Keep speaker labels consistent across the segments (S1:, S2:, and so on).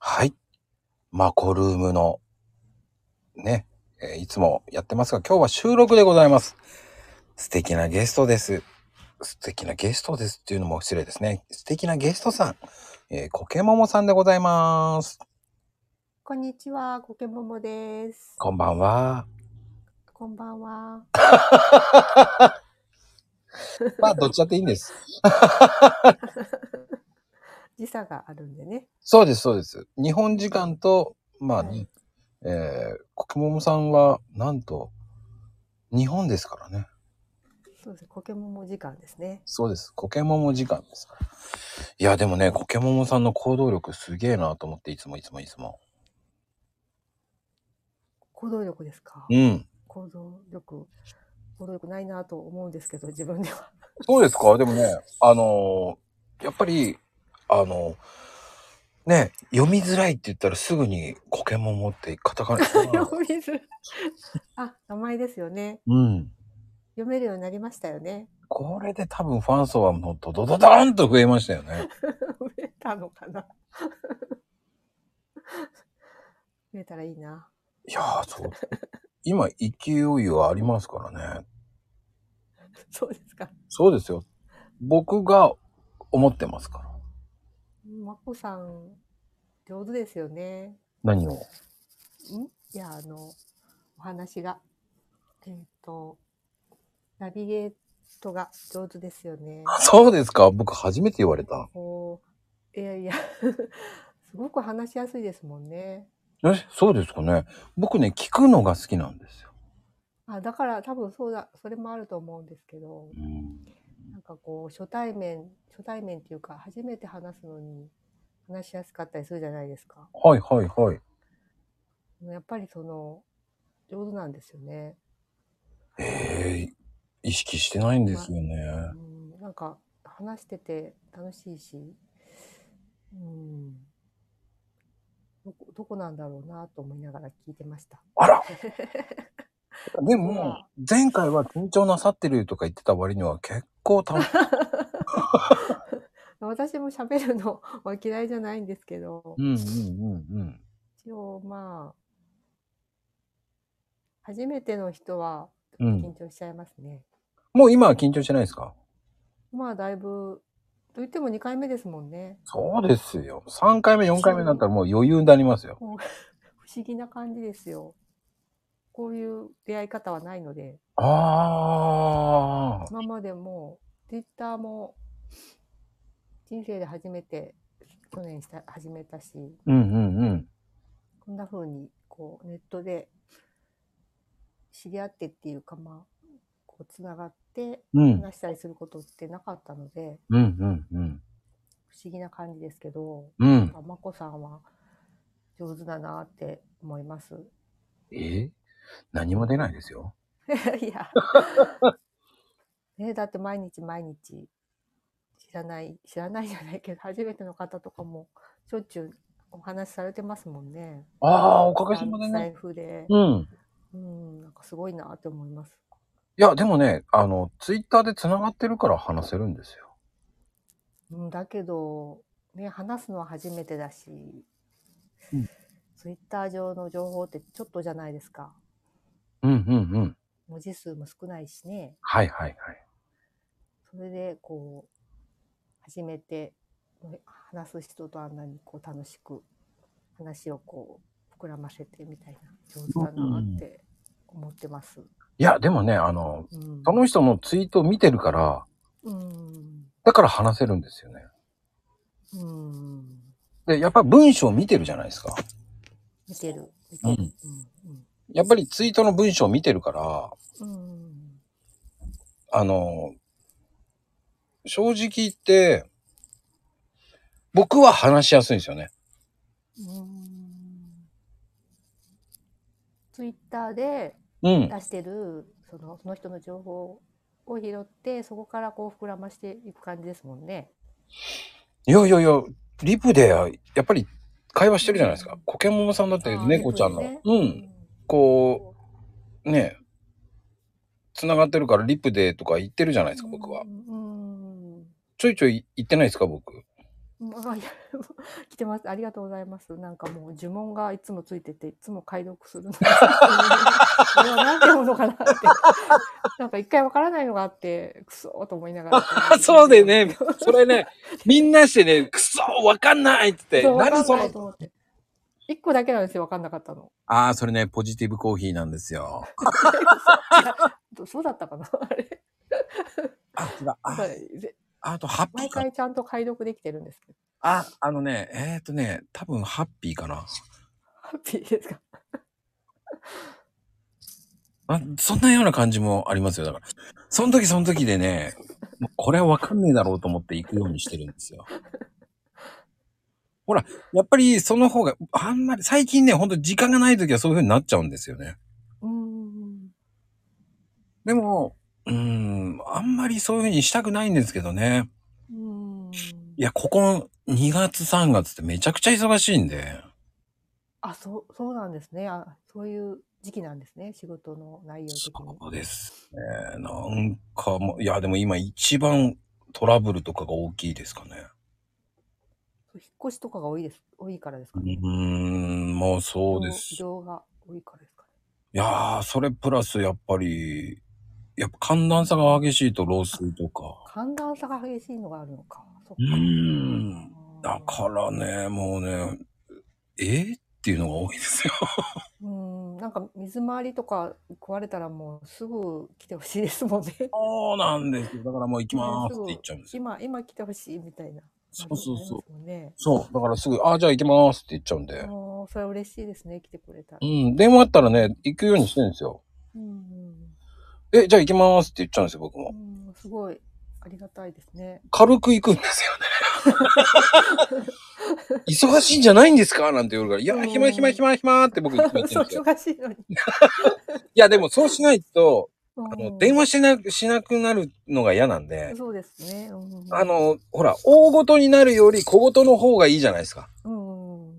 S1: はい。マコルームの、ね、えーいつもやってますが、今日は収録でございます。素敵なゲストです。素敵なゲストですっていうのも失礼ですね。素敵なゲストさん、えー、コケモモさんでございます。
S2: こんにちは、コケモモです。
S1: こんばんは。
S2: こんばんは。
S1: まあ、どっちだっていいんです。
S2: 時差があるんでね。
S1: そうです、そうです。日本時間と、まあね、
S2: はい
S1: えー、コケモモさんは、なんと、日本ですからね。
S2: そうです、コケモモ時間ですね。
S1: そうです。コケモモ時間ですから。いや、でもね、コケモモさんの行動力すげえなと思って、いつもいつもいつも。
S2: 行動力ですか。
S1: うん。
S2: 行動力、行動力ないなと思うんですけど、自分では。
S1: そうですかでもね、あのーやっぱり、あのーね、読みづらいって言ったらすぐにコケモモってカタカナ。
S2: 読みづらいあ、名前ですよね。
S1: うん。
S2: 読めるようになりましたよね。
S1: これで多分ファン層はもうドドドドーンと増えましたよね。
S2: 増えたのかな。 増えたらいいな。
S1: いやー、そう。今、勢いはありますからね。
S2: そうですか。
S1: そうですよ。僕が思ってますから。
S2: マコさん、上手ですよね。
S1: 何を
S2: んいや、あの、お話が。えっ、と、ナビゲートが上手ですよね。
S1: そうですか僕初めて言われた。
S2: こう、いやい や、すごく話しやすいですもんね。
S1: え、そうですかね。僕ね、聞くのが好きなんですよ。
S2: あだから多分そうだ、それもあると思うんですけど、
S1: うん、
S2: なんかこう、初対面、初対面っていうか、初めて話すのに話しやすかったりするじゃないですか。
S1: はいはいはい。
S2: やっぱりその、上手なんですよね。
S1: ええ意識してないんですよね。
S2: うんなんか話してて楽しいし、うん、どこどこなんだろうなと思いながら聞いてました。
S1: あらで
S2: う
S1: も
S2: わ、
S1: 前回は緊張なさってるとか言ってた割には結構 楽しい。
S2: 私も喋るの は嫌いじゃないんですけど
S1: う、んうんうんうん。
S2: 一応まあ、初めての人は
S1: うん
S2: 緊張しちゃいますね。
S1: もう今は緊張してないですか
S2: まあだいぶ、と言っても2回目ですもんね。
S1: そうですよ。3回目、4回目になったらもう余裕になりますよ。
S2: 不思議な感じですよ。こういう出会い方はないので。
S1: ああ。
S2: 今までもツイッターも人生で初めて去年した始めたし
S1: うんうんうん。
S2: こんな風にこうネットで知り合ってっていうかまあこうつながって
S1: うん
S2: 話したりすることってなかったので
S1: うんうんうん。
S2: 不思議な感じですけど
S1: うん。
S2: まこさんは上手だなって思います。
S1: え何も出ないですよ。
S2: いやねだって毎日毎日知らない知らないじゃないけど初めての方とかもしょっちゅうお話しされてますもんね。
S1: ああ、おかげさまでね。
S2: 財布で。
S1: うん。
S2: うん、なんかすごいなって思います。
S1: いや、でもね、あの、ツイッターで繋がってるから話せるんですよ。
S2: うん、だけど、ね、話すのは初めてだし、
S1: うん
S2: ツイッター上の情報ってちょっとじゃないですか。
S1: うんうんうん。
S2: 文字数も少ないしね。
S1: はいはいはい。
S2: それでこう初めて話す人とあんなにこう楽しく話をこう膨らませてみたいな上手だなって思ってます。
S1: いや、でもね、あの、
S2: うん。
S1: その人のツイートを見てるから、
S2: うん。
S1: だから話せるんですよね。
S2: うん。
S1: で、やっぱり文章を見てるじゃないですか。
S2: 見てる。見
S1: うん
S2: てる。
S1: やっぱりツイートの文章を見てるから、
S2: うん。うん。
S1: あの、正直言って、僕は話しやすいんですよね。
S2: うん。ツイッターで
S1: うん。
S2: 出してるそのその人の情報を拾ってそこからこう膨らましていく感じですもんね。
S1: いやいやいや、リプで、やっぱり会話してるじゃないですか。コケモモさんだって
S2: あー
S1: 猫ちゃんの、
S2: リプね
S1: うん、こう、ねえ、つながってるからリプでとか言ってるじゃないですか、僕は
S2: う。んうんうん
S1: ちょいちょい言ってないですか、僕。
S2: まあ、いや来てます。ありがとうございます。なんかもう呪文がいつもついてて、いつも解読するの。これ は何てものかなって。なんか一回わからないのがあって、くそーと思いながら。
S1: そうで ね、それね、みんなしてね、くそわかんないって
S2: そう。
S1: 言って、
S2: わか
S1: 何そ
S2: んない
S1: の。
S2: と思って。一個だけなんですよ、わかんなかった の。
S1: ああ、それね、ポジティブコーヒーなんですよ。
S2: どそうだったかな あれ。
S1: あ、違う。あ
S2: はいで
S1: あと、ハッピー
S2: 毎
S1: か。
S2: 回ちゃんと解読できてるんですけど。
S1: あ、あのね、えっ、ー、とね、多分ハッピーかな。
S2: ハッピーですか
S1: あそんなような感じもありますよ。だから、その時その時でね、もうこれはわかんねえだろうと思って行くようにしてるんですよ。ほら、やっぱりその方が、あんまり、最近ね、ほんと時間がない時はそういう風になっちゃうんですよね。
S2: うーん。
S1: でも、うーん、あんまりそういう風にしたくないんですけどね。
S2: うーん。
S1: いや、ここ2月3月ってめちゃくちゃ忙しいんで。
S2: あ、そう、そうなんですね。あ、そういう時期なんですね。仕事の内容的に。
S1: そうですね。なんかもう、いや、でも今一番トラブルとかが大きいですかね。
S2: 引っ越しとかが多いです。多いからです
S1: う
S2: かね。
S1: ーん、もうそうです。
S2: 移
S1: い
S2: 動が多いからですかね。
S1: やー、それプラスやっぱり、やっぱ寒暖差が激しいと漏水とか。
S2: 寒暖差が激しいのがあるのか。そっ
S1: うー
S2: か。
S1: ん。だ
S2: あー
S1: からね、もうね、えー、っていうのが多いですよ。
S2: うーん、なんか水回りとか壊れたらもうすぐ来てほしいですもんね。
S1: そうなんですよ。だからもう行きまーすって言っちゃうんですよ。
S2: 今、今来てほしいみたいな。
S1: そうそうそう。
S2: う。ね、
S1: そう。だからすぐ、あーじゃあ行きまーすって言っちゃうんで。
S2: もう、それ嬉しいですね、来てくれたら
S1: う。ん。電話あったらね、行くようにしてるんですよ。
S2: うん、うん
S1: え、じゃあ行きまーすって言っちゃうんですよ、僕も。
S2: うん、すごい、ありがたいですね。
S1: 軽く行くんですよね。忙しいんじゃないんですかなんて言うから、いや、暇暇暇暇って僕いつも言って
S2: そ
S1: る
S2: うん
S1: ですよ。
S2: 忙しいのに。
S1: いや、でもそうしないと、あ
S2: う
S1: の、
S2: ん
S1: 電話しな、しなくなるのが嫌なんで、
S2: そうですね。うん
S1: あ、の、ほら、大ごとになるより小言の方がいいじゃないですか。
S2: うんうん、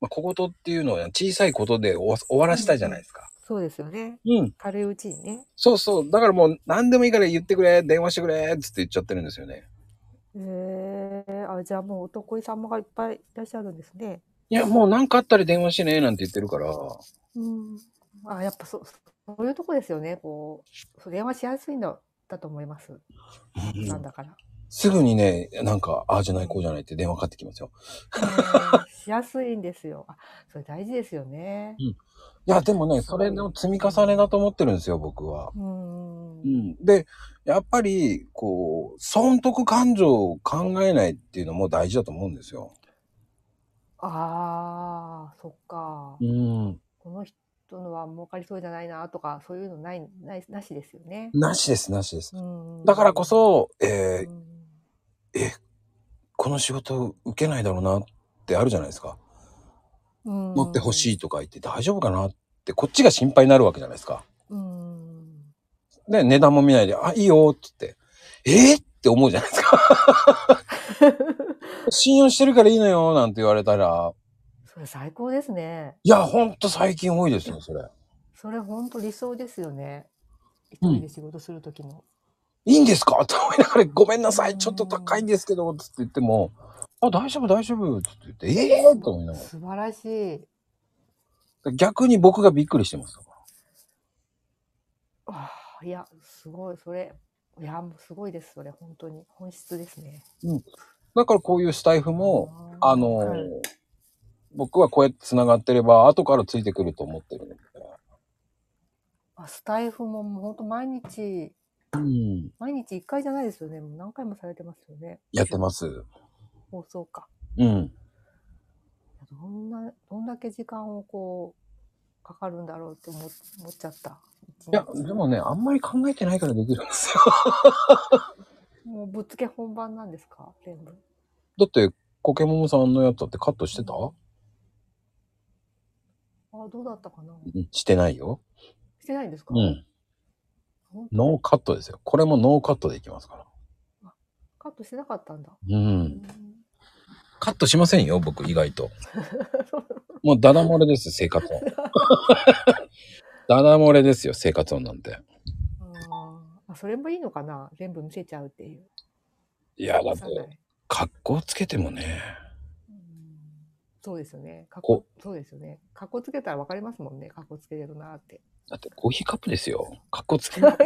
S1: まあ、小言っていうのは小さいことで終わ終わらしたいじゃないですか。
S2: そうですよね。
S1: うん。
S2: 軽いうちにね。
S1: そうそう。だからもう何でもいいから言ってくれ、電話してくれ、つって言っちゃってるんですよね。
S2: えー、あ、じゃあもうお得意様がいっぱいいらっしゃるんですね。
S1: いや、もう何かあったら電話してね、なんて言ってるから。
S2: うん。あ、やっぱそ、そういうとこですよね。こう、そう電話しやすいのだと思います。
S1: うん
S2: なんだから。
S1: すぐにね、なんか、ああじゃない、こうじゃないって電話かかってきますよ。
S2: うんしやすいんですよ。あ、それ大事ですよね。
S1: いや、でもね、それの積み重ねだと思ってるんですよ、僕は。
S2: うん。う
S1: うんん。で、やっぱり、こう、損得感情を考えないっていうのも大事だと思うんですよ。
S2: ああ、そっか。
S1: ん。
S2: この人のは儲かりそうじゃないなとか、そういうのない、ない、なしですよね。
S1: なしです、なしです。
S2: うん。
S1: だからこそ、え
S2: う
S1: ー
S2: ん、
S1: この仕事受けないだろうなってあるじゃないですか。
S2: うん
S1: 乗ってほしい。とか言って大丈夫かなって、こっちが心配になるわけじゃないですか。
S2: うん。
S1: で、値段も見ないで、あ、いいよって言って、えー、って思うじゃないですか。 信用してるからいいのよ、なんて言われたら、
S2: それ最高ですね。
S1: いや、ほんと最近多いですね、それ。
S2: それ本当理想ですよね。一
S1: うん
S2: 人で仕事する時の。
S1: いいんですかって思いながら、ごめんなさい、ちょっと高いんですけど、つって言っても、あ、大丈夫、大丈夫、つって言って、ええー、と思いなが
S2: 素晴らしい。
S1: ら。逆に僕がびっくりしてます。
S2: ああ、いや、すごい、それ。いや、もうすごいです、それ、本当に。本質ですね。
S1: だからこういうスタイフも、
S2: ー
S1: あのー
S2: はい
S1: 僕はこうやって繋がってれば、後からついてくると思ってるので。
S2: あスタイフももう本当毎日、
S1: うん。
S2: 毎日一回じゃないですよね。もう何回もされてますよね。
S1: やってます。
S2: 放送か。
S1: うん。
S2: いやどんな、どんだけ時間をこう、かかるんだろうって思思っちゃった。一日
S1: いや、でもね、あんまり考えてないからできるんですよ。
S2: もうぶっつけ本番なんですか全部。
S1: だって、コケモモさんのやつだってカットしてた、
S2: あ、どうだったかな
S1: うん、してないよ。
S2: してないんですか
S1: うん。
S2: 本当
S1: ノーカットですよ。これもノーカットでいきますから。
S2: カットしてなかったんだ。
S1: う。
S2: うんん
S1: カットしませんよ、僕、意外 と。もう、ダダ漏れです、生活音。ダダ漏れですよ、生活音なんて。
S2: あーあ、それもいいのかな全部見せちゃうっていう。
S1: いや、だっ
S2: 出さな
S1: て、
S2: い
S1: 格好つけてもね、
S2: うんそうですよね。かっ
S1: こ
S2: こ、そうですよね。かっこつけたらわかりますもんね。かっこつけてるなーって。
S1: だってコーヒーカップですよ。格好つけ
S2: い
S1: な
S2: や
S1: い、
S2: も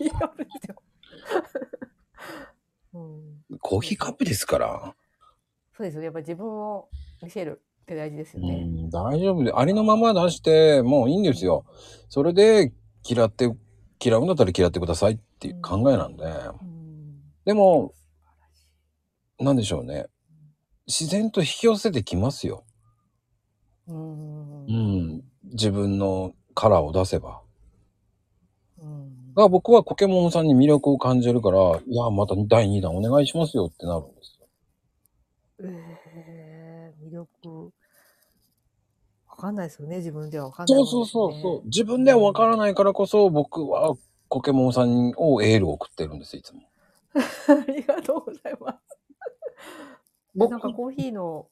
S2: ういやめてよ。 うん。
S1: コーヒーカップですから。
S2: そうですよね。やっぱ自分を見せるって大事ですよ
S1: う
S2: ね。
S1: ん、大丈夫で、ありのまま出して、もういいんですよ。それで、嫌って、嫌うんだったら嫌ってくださいっていう考えなんで。
S2: うん。
S1: でも、なんでしょうね。自然と引き寄せてきますよ。
S2: うん。
S1: う
S2: うん
S1: ん。自分のカラーを出せば。
S2: うん。
S1: が、僕はポケモンさんに魅力を感じるから、いや、また第2弾お願いしますよってなるんですよ。
S2: えー、魅力。わかんないですよね。自分ではわかんな
S1: そ
S2: いもん
S1: う
S2: です
S1: そ
S2: ね、
S1: うそうそう。自分ではわからないからこそ、僕はポケモンさんをエールを送ってるんです、いつも。
S2: ありがとうございます。
S1: 僕
S2: なんかコーヒーの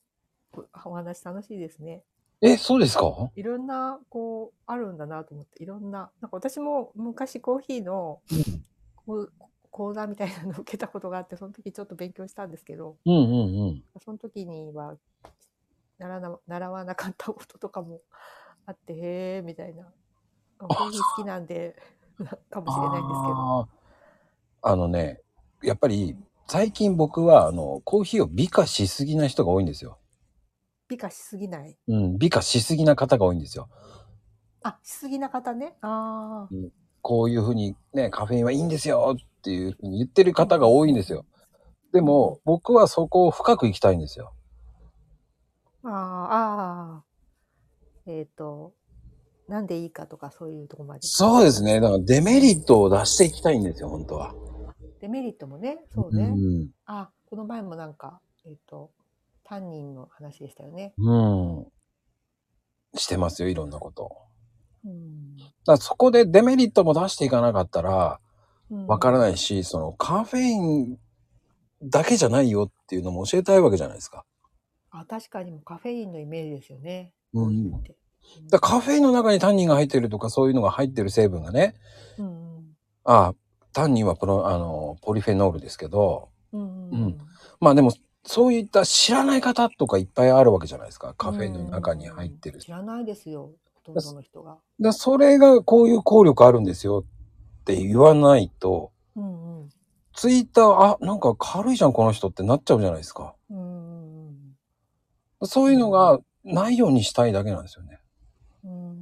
S2: お話楽しいですね。
S1: え、そうですか
S2: いろんな、こう、あるんだなと思って、いろんな、なんか私も昔コーヒーのこう講座みたいなのを受けたことがあって、その時ちょっと勉強したんですけど、
S1: うんうんうん。
S2: その時には習な習わなかったこととかもあって、へえ、みたいな。コーヒー好きなんで、かもしれないんですけど。
S1: あーあのね、やっぱり最近僕は、あの、コーヒーを美化しすぎな人が多いんですよ。
S2: 美化しすぎない。
S1: うん、美化しすぎな方が多いんですよ。
S2: あ、しすぎな方ね。ああ。
S1: こういうふうにね、カフェインはいいんですよっていうふうに言ってる方が多いんですよ。でも、僕はそこを深く行きたいんですよ。
S2: ああ、ああ。えっ、と、なんでいいかとかそういうとこまで。
S1: そうですね。だからデメリットを出していきたいんですよ、本当は。
S2: デメリットもね、そうね。
S1: ん。
S2: あ、この前もなんか、えっ、と、タンニンの話でしたよね。
S1: うん。してますよ、いろんなことを。
S2: うん。
S1: だからそこでデメリットも出していかなかったら、わから
S2: い。
S1: ないし、そのカフェインだけじゃないよっていうのも教えたいわけじゃないですか。
S2: あ、確かにもうカフェインのイメージですよね。
S1: うん
S2: ってうん
S1: だからカフェインの中にタンニンが入ってるとかそういうのが入ってる成分がね、
S2: うん
S1: ああ、タンニンはプロ、あの、ポリフェノールですけど、
S2: うん。うん。
S1: うんまあでも、そういった知らない方とかいっぱいあるわけじゃないですか。カフェインの中に入ってる
S2: うん。知らないですよ、ほとんどの人が。
S1: だそれがこういう効力あるんですよって言わないと、
S2: うんうん。
S1: ツイッター、あ、なんか軽いじゃん、この人ってなっちゃうじゃないですか。
S2: うんうん
S1: そういうのがないようにしたいだけなんですよね。
S2: うん。う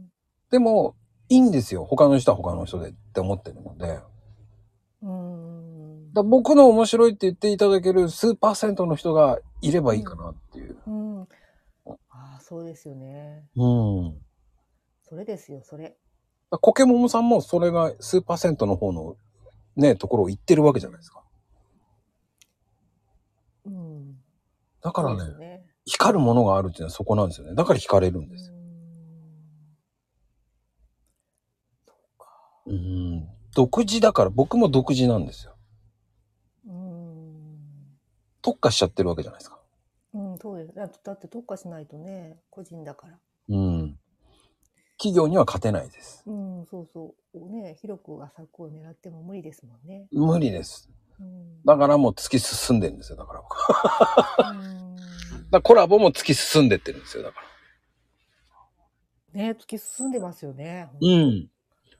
S2: ん。
S1: でも、いいんですよ。他の人は他の人でって思ってるので。
S2: うん。
S1: だ僕の面白いって言っていただける数パーセントの人がいればいいかなっていう。
S2: うん。ああ、そうですよね。
S1: うん。
S2: それですよ、それ。
S1: だコケモモさんもそれが数パーセントの方のね、ところを言ってるわけじゃないですか。
S2: うん。
S1: だから
S2: そう
S1: ね
S2: です、ね。
S1: 光るものがあるっていうのはそこなんですよね。だから惹かれるん
S2: うー
S1: で
S2: ん
S1: すよ。
S2: そうか。
S1: うん。独自だから、僕も独自なんですよ。
S2: うーん。
S1: 特化しちゃってるわけじゃないですか。
S2: うん、そうです。だってだって特化しないとね、個人だから。
S1: うん。企業には勝てないです。
S2: うん、そうそう。ね、広く浅くを狙っても無理ですもんね。
S1: 無理です。
S2: うん。
S1: だからもう突き進んでるんですよ。だから僕。だか
S2: うーん
S1: らコラボも突き進んでってるんですよ。だから。
S2: ね、突き進んでますよね。
S1: うん。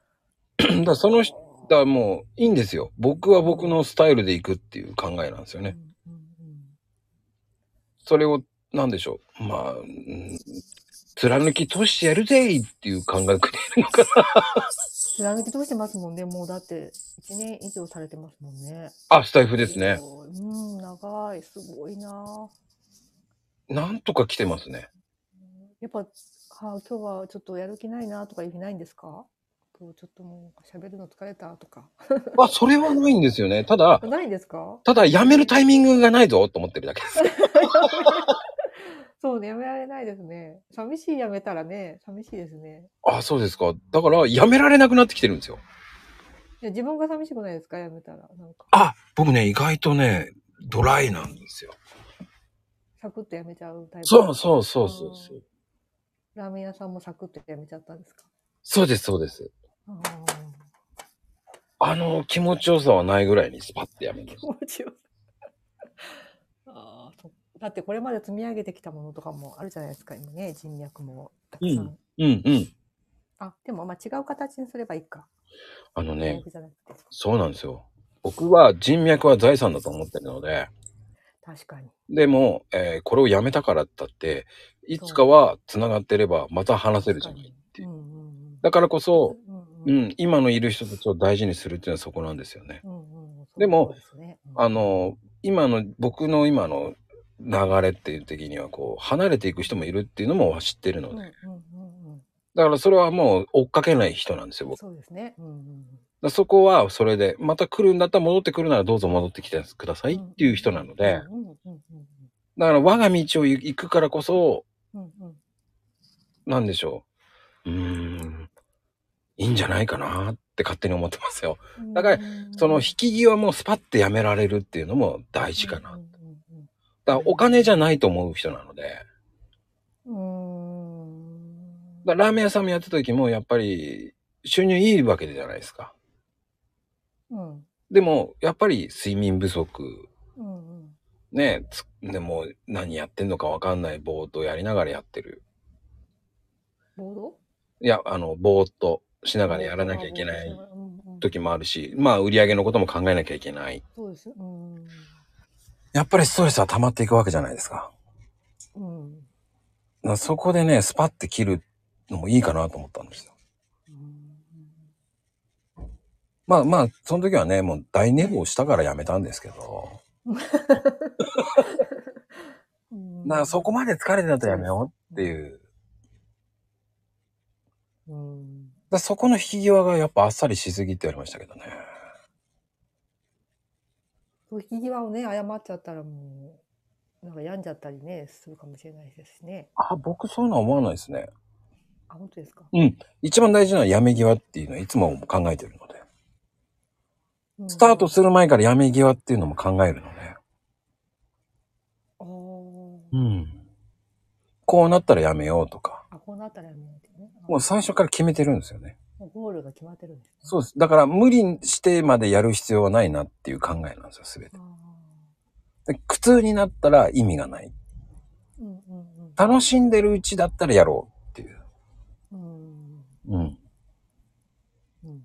S1: だからその人はもういいんですよ。僕は僕のスタイルで行くっていう考えなんですよね。
S2: うん。うん
S1: それを、なんでしょう。まあ、うん、貫き通してやるぜいっていう感覚でいるのかな。
S2: 貫き通してますもんね。もうだって、1年以上されてますもんね。
S1: あ、スタイフですね。
S2: ごいうん、長い。すごいな
S1: なんとか来てますね。
S2: やっぱ、あ今日はちょっとやる気ないなとかいう日ないんですか今日ちょっともう喋るの疲れたとか。
S1: あ、それはないんですよね。ただ
S2: あ、ないんですか
S1: ただやめるタイミングがないぞと思ってるだけ です。
S2: そうね、やめられないですね。寂しいやめたらね、寂しいですね。
S1: あ、そうですか。だからやめられなくなってきてるんですよ。
S2: いや自分が寂しくないですかやめたら。なんか、
S1: あ、僕ね、意外とね、ドライなんですよ。
S2: サクッとやめちゃうタイプ。
S1: そうそうそうそうそう。
S2: ラーメン屋さんもサクッとやめちゃったんですか
S1: そうです、そうです。
S2: あ
S1: あの、気持ちよさはないぐらいにスパッてやめます。
S2: 気持ちよ だってこれまで積み上げてきたものとかもあるじゃないですか、今ね、人脈もたく
S1: う
S2: さん。
S1: んうんうん。
S2: あ、でもまあ違う形にすればいいか。
S1: あの
S2: 人
S1: ね、
S2: 脈じゃなくて。
S1: そうなんですよ。僕は人脈は財産だと思ってるので、
S2: 確かに。
S1: でも、えーこれをやめたからだって、いつかは繋がってればまた話せるじゃない。ていう
S2: 確かにうんうんうん、
S1: だからこそ、
S2: うん
S1: う
S2: うん、
S1: ん、今のいる人たちを大事にするっていうのはそこなんですよね。
S2: うんうん、
S1: でも
S2: そうですね、
S1: あの、今の、僕の今の流れっていう時には、こう、離れていく人もいるっていうのも知ってるの
S2: うん、
S1: で、
S2: うんうんうん
S1: だからそれはもう追っかけない人なんですよ、
S2: うん、
S1: 僕。だか
S2: そうですね。うんうん
S1: らそこはそれで、また来るんだったら戻ってくるならどうぞ戻ってきてくださいっていう人なので、
S2: うんうんうんうん
S1: だから我が道を行くからこそ、
S2: うんうん、
S1: なんでしょう。うーん、いいんじゃないかなって勝手に思ってますよ。だからその引き際もスパッてやめられるっていうのも大事かな。
S2: う
S1: だか
S2: んうん
S1: らお金じゃないと思う人なので、
S2: うんうん。うーん
S1: だからラーメン屋さんもやってた時もやっぱり収入いいわけじゃないですか。
S2: うん
S1: でも、やっぱり睡眠不足、
S2: うんうん
S1: ね、つでも何やってんのかわかんないぼーっとやりながらやってる。
S2: ボード
S1: いや、あの、ぼーっとしな
S2: だ
S1: がらやらなきゃいけない
S2: うんうん、
S1: 時もあるし、まあ売り上げのことも考えなきゃいけない。
S2: そうです。うん。
S1: やっぱりストレスは溜まっていくわけじゃないですか。
S2: うん。
S1: だからそこでね、スパッて切るのもいいかなと思ったんですよ。
S2: うん
S1: まあまあ、その時はね、もう大寝坊したからやめたんですけど、
S2: うん
S1: だからそこまで疲れてたらやめようっていう。
S2: う
S1: だ
S2: ん。
S1: からそこの引き際がやっぱあっさりしすぎって言われましたけどね。
S2: そう引き際をね、誤っちゃったらもう、なんか病んじゃったりね、するかもしれないですしね。
S1: あ、僕そういうのは思わないですね。
S2: あ、本当ですか。
S1: 一番大事なのはやめ際っていうのはいつも考えてるので。
S2: うん
S1: スタートする前からやめ際っていうのも考えるのね。
S2: あー
S1: うん。こうなったらやめようとか。
S2: あ、こうなったらやめないとね。あ
S1: もう最初から決めてるんですよね。
S2: もうゴールが決まってるんです、ね。
S1: そうです。だから無理してまでやる必要はないなっていう考えなんですよ、すべて
S2: あ。
S1: で苦痛になったら意味がない。
S2: ーうんうんうん。
S1: 楽しんでるうちだったらやろうっていう。
S2: うん。
S1: うん。だ
S2: うんうん。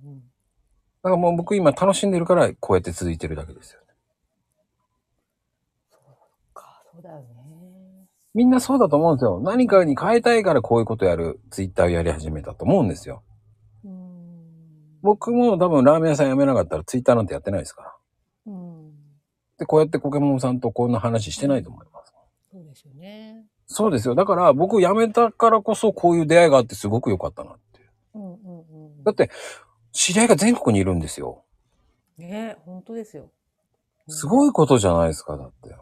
S1: からもう僕今楽しんでるからこうやって続いてるだけですよね。
S2: そうか、そうだよね。
S1: みんなそうだと思うんですよ。何かに変えたいからこういうことやる、ツイッターをやり始めたと思うんですよ。
S2: うん。
S1: 僕も多分ラーメン屋さん辞めなかったらツイッターなんてやってないですから。
S2: うん。
S1: で、こうやってポケモンさんとこんな話してないと思います。
S2: そうですよね。
S1: そうですよ。だから僕辞めたからこそこういう出会いがあってすごく良かったなっていう。
S2: うんうんうん。
S1: だって、知り合いが全国にいるんですよ。
S2: ね本当ですよ。
S1: すご
S2: い、
S1: いことじゃないですか、だって。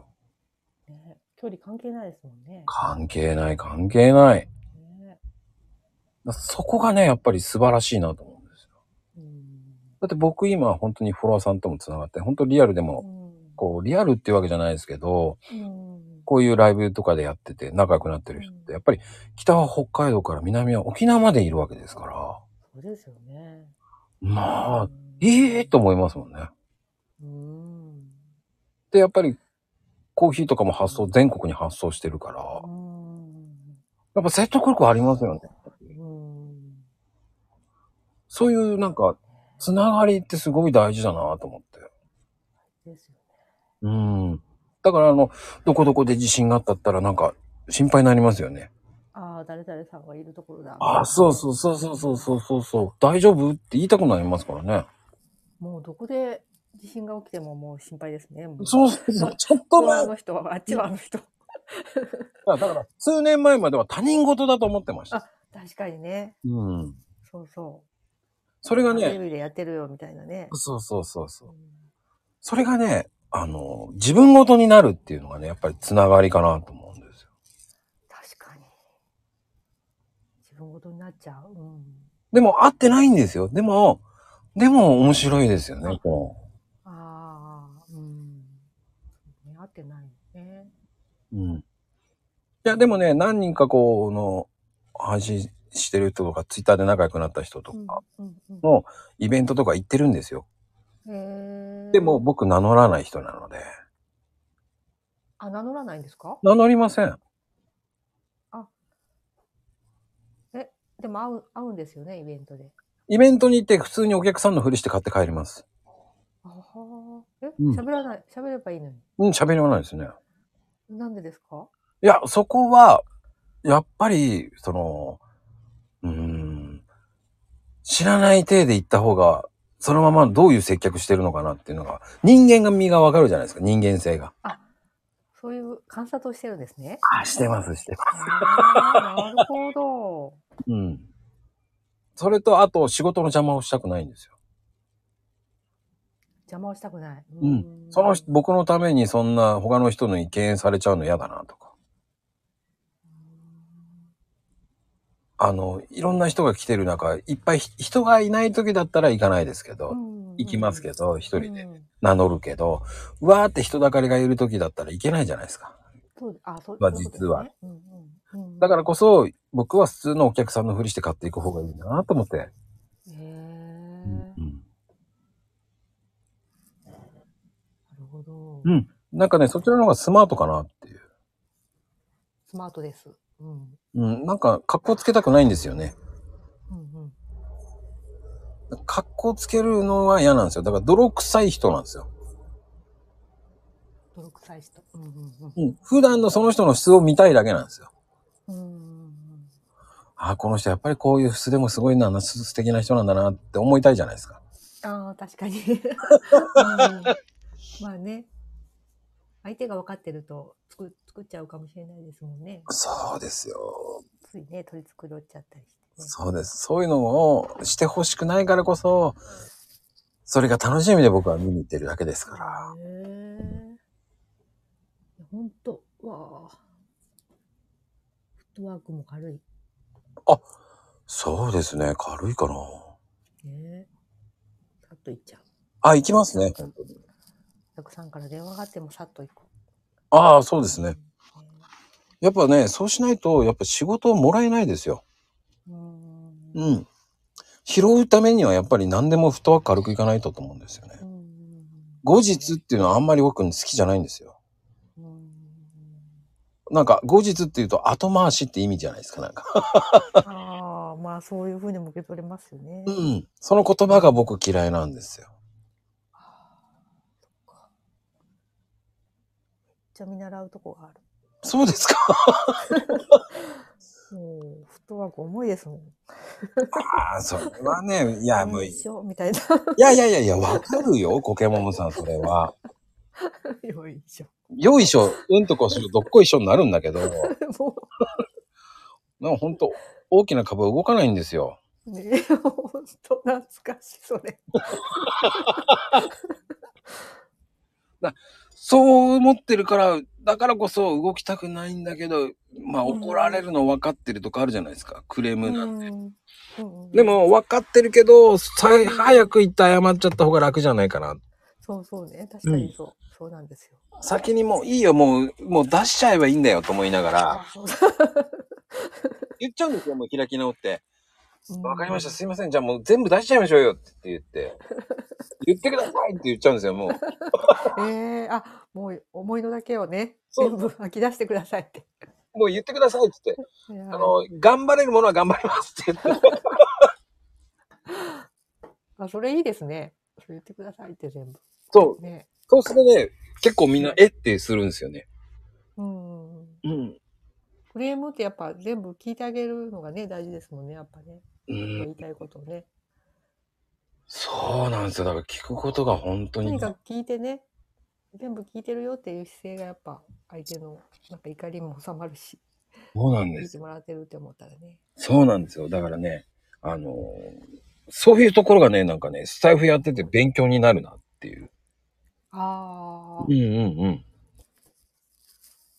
S2: ね。距離関係ないですもんね。
S1: 関係ない、関係ない。
S2: ね
S1: そこがね、やっぱり素晴らしいなと思うんですよ。
S2: うん
S1: だって僕今本当にフォロワーさんとも繋がって、本当リアルでも、
S2: うん
S1: こう、リアルっていうわけじゃないですけど、
S2: うん
S1: こういうライブとかでやってて仲良くなってる人って、やっぱり北は北海道から南は沖縄までいるわけですから、
S2: そうですよね。
S1: まあ
S2: う、ん
S1: ええと思いますもんね。
S2: うん。
S1: で、やっぱりコーヒーとかも発送、全国に発送してるから、
S2: うん
S1: やっぱ説得力ありますよね。
S2: うん。
S1: そういうなんか、つながりってすごい大事だなと思って。
S2: ですよね。
S1: うん。だからあの、どこどこで地震があったったらなんか心配になりますよね。
S2: ああ、誰々さんがいるところだ。
S1: ああ、そうそうそうそうそうそうそうそう。大丈夫って言いたくなりますからね。
S2: もうどこで地震が起きてももう心配ですね。もう
S1: そうそうそう。ちょっ
S2: ことっちはあ
S1: 前
S2: の人は、あっちはあの人。
S1: だから、だから数年前までは他人事だと思ってまし
S2: あ
S1: た。
S2: 確かにね。
S1: うん。
S2: そうそう。
S1: それが
S2: テレ
S1: ね、
S2: ビでやってるよみたいなね。
S1: そうそうそうそうう。
S2: ん
S1: それがね、あの、自分事になるっていうのがね、やっぱりつながりかなと思うんですよ。
S2: 確かに。自分ごとになっちゃう。うん。
S1: でも、会ってないんですよ。でも、でも面白いですよね、こ
S2: ああ、うん。そうね、合ってないね。
S1: う。うん。いや、でもね、何人かこう、の、配信してる人とか、ツイッターで仲良くなった人とか、
S2: うんうん
S1: のイベントとか行ってるんですよ。
S2: うん、へー
S1: でも、僕名乗らない人なので。
S2: あ、名乗らないんですか
S1: 名乗りません。
S2: でも会う、会うんですよね、イベントで。
S1: イベントに行って普通にお客さんのふりして買って帰ります。
S2: あはーえ、
S1: うん
S2: 喋らない、喋ればいいのに。
S1: うん、喋りはないですね。
S2: なんでですか
S1: いや、そこは、やっぱり、その、うーん、知らない体で行った方が、そのままどういう接客してるのかなっていうのが、人間が身がわかるじゃないですか、人間性が。
S2: そういう観察をしてるんですね。
S1: あ、してます、してます。
S2: あーなるほど。
S1: うん。それと、あと、仕事の邪魔をしたくないんですよ。
S2: 邪魔をしたくない。
S1: うん
S2: ーん
S1: その人、僕のためにそんな他の人に敬遠されちゃうの嫌だなとか。あの、いろんな人が来てる中、いっぱいひ人がいない時だったら行かないですけど、行きますけ
S2: ど、
S1: ど、一人で
S2: うん
S1: 名乗るけど、うわーって人だかりがいる時だったら行けないじゃないですか。
S2: そうあ、そう
S1: まあ
S2: そういうこと
S1: 実は
S2: ですねうんうんうん
S1: だからこそ、僕は普通のお客さんのふりして買っていく方がいいんだなと思って。
S2: へえ、
S1: うん
S2: なるほど。
S1: うんなんかね、そちらの方がスマートかなっていう。
S2: スマートです。うん。うん
S1: うん、なんか、格好つけたくないんですよね。
S2: うん。
S1: 格好つけるのは嫌なんですよ。だから泥臭い人なんですよ。
S2: 泥臭い人。うんうん
S1: うん、普段のその人の質を見たいだけなんですよ。
S2: うん。うんうん
S1: ああ、この人やっぱりこういう質でもすごいな、す素敵な人なんだなって思いたいじゃないですか。
S2: ああ、確かに、うんまあね。相手が分かってると作作っちゃうかもしれないですもんね。
S1: そうですよ。
S2: ついね、取り繕っちゃったりしてね。
S1: そうです。そういうのをしてほしくないからこそ、それが楽しみで僕は見に行ってるだけですから。
S2: へえ。いやほんと、わあ。フットワークも軽い。
S1: そうですね。軽いかな。
S2: ねさっと行っちゃう。
S1: あ、行きますね。本当に
S2: お客さんから電話があってもさっと行く。
S1: ああ、そうですね。
S2: うん。
S1: やっぱね、そうしないと、やっぱ仕事をもらえないですよ。
S2: うー。
S1: うんん。拾うためにはやっぱり何でもフットワーク軽くいかないとと思うんですよね
S2: う。ん。
S1: 後日っていうのはあんまり僕好きじゃないんですよ。
S2: うん。
S1: なんか後日っていうと後回しって意味じゃないですか、なんか。
S2: ああ、まあそういうふうにも受け取れますよね。
S1: うん。その言葉が僕嫌いなんですよ。
S2: そっかじゃあ見習うとこがある。
S1: そうですか
S2: もう、フットワーク重いですもん。
S1: ああ、それは ね、いや、もう、い
S2: 一緒みたいな。
S1: やいやいやいや、わかるよ、コケモモさん、それは。
S2: よいしょ。
S1: よいしょ、うんとこするとどっこいしょになるんだけど、
S2: も
S1: なんかほんと、大きな株は動かないんですよ。
S2: う、ねえ、ほんと懐かしい、それ。
S1: そう思ってるから、だからこそ動きたくないんだけど、まあ
S2: うん
S1: 怒られるの分かってるとかあるじゃないですか、クレームなんて。
S2: うん
S1: で、も分かってるけど、さい早く行って謝っちゃった方が楽じゃないかな
S2: そうそうね。確かにそう。そうなんですよ。
S1: 先にもういいよ、もう、もう出しちゃえばいいんだよと思いながら、
S2: あそう だ
S1: 言っちゃうんですよ、もう開き直って。
S2: うん
S1: わかりました、すいません、じゃあもう全部出しちゃいましょうよって言って、言ってくださいって言っちゃうんですよ、もう。
S2: ええあ、もう思いのだけをね、
S1: そう
S2: 全部吐き出してくださいって。
S1: もう言ってくださいって言って、
S2: いやー
S1: あの、頑張れるものは頑張りますって言っ て。
S2: あ、それいいですね。それ言ってくださいって全部。
S1: そう、
S2: ね。
S1: そうするとね、結構みんな、えってするんですよね。
S2: うん。
S1: うん。
S2: クレームってやっぱ全部聞いてあげるのがね、大事ですもんね、やっぱね。
S1: う
S2: 言
S1: ん、
S2: いたいことをね。
S1: そうなんですよ。だから聞くことが本当
S2: とに
S1: に。
S2: かく聞いてね、全部聞いてるよっていう姿勢がやっぱ相手のなんか怒りも収まるし、
S1: そうなん
S2: 聞
S1: で
S2: い
S1: す。
S2: てもらってるって思ったらね。
S1: そうなんですよ。だからね、あのそういうところがね、なんかね、スタイフやってて勉強になるなっていう。
S2: あ
S1: うんうんうん。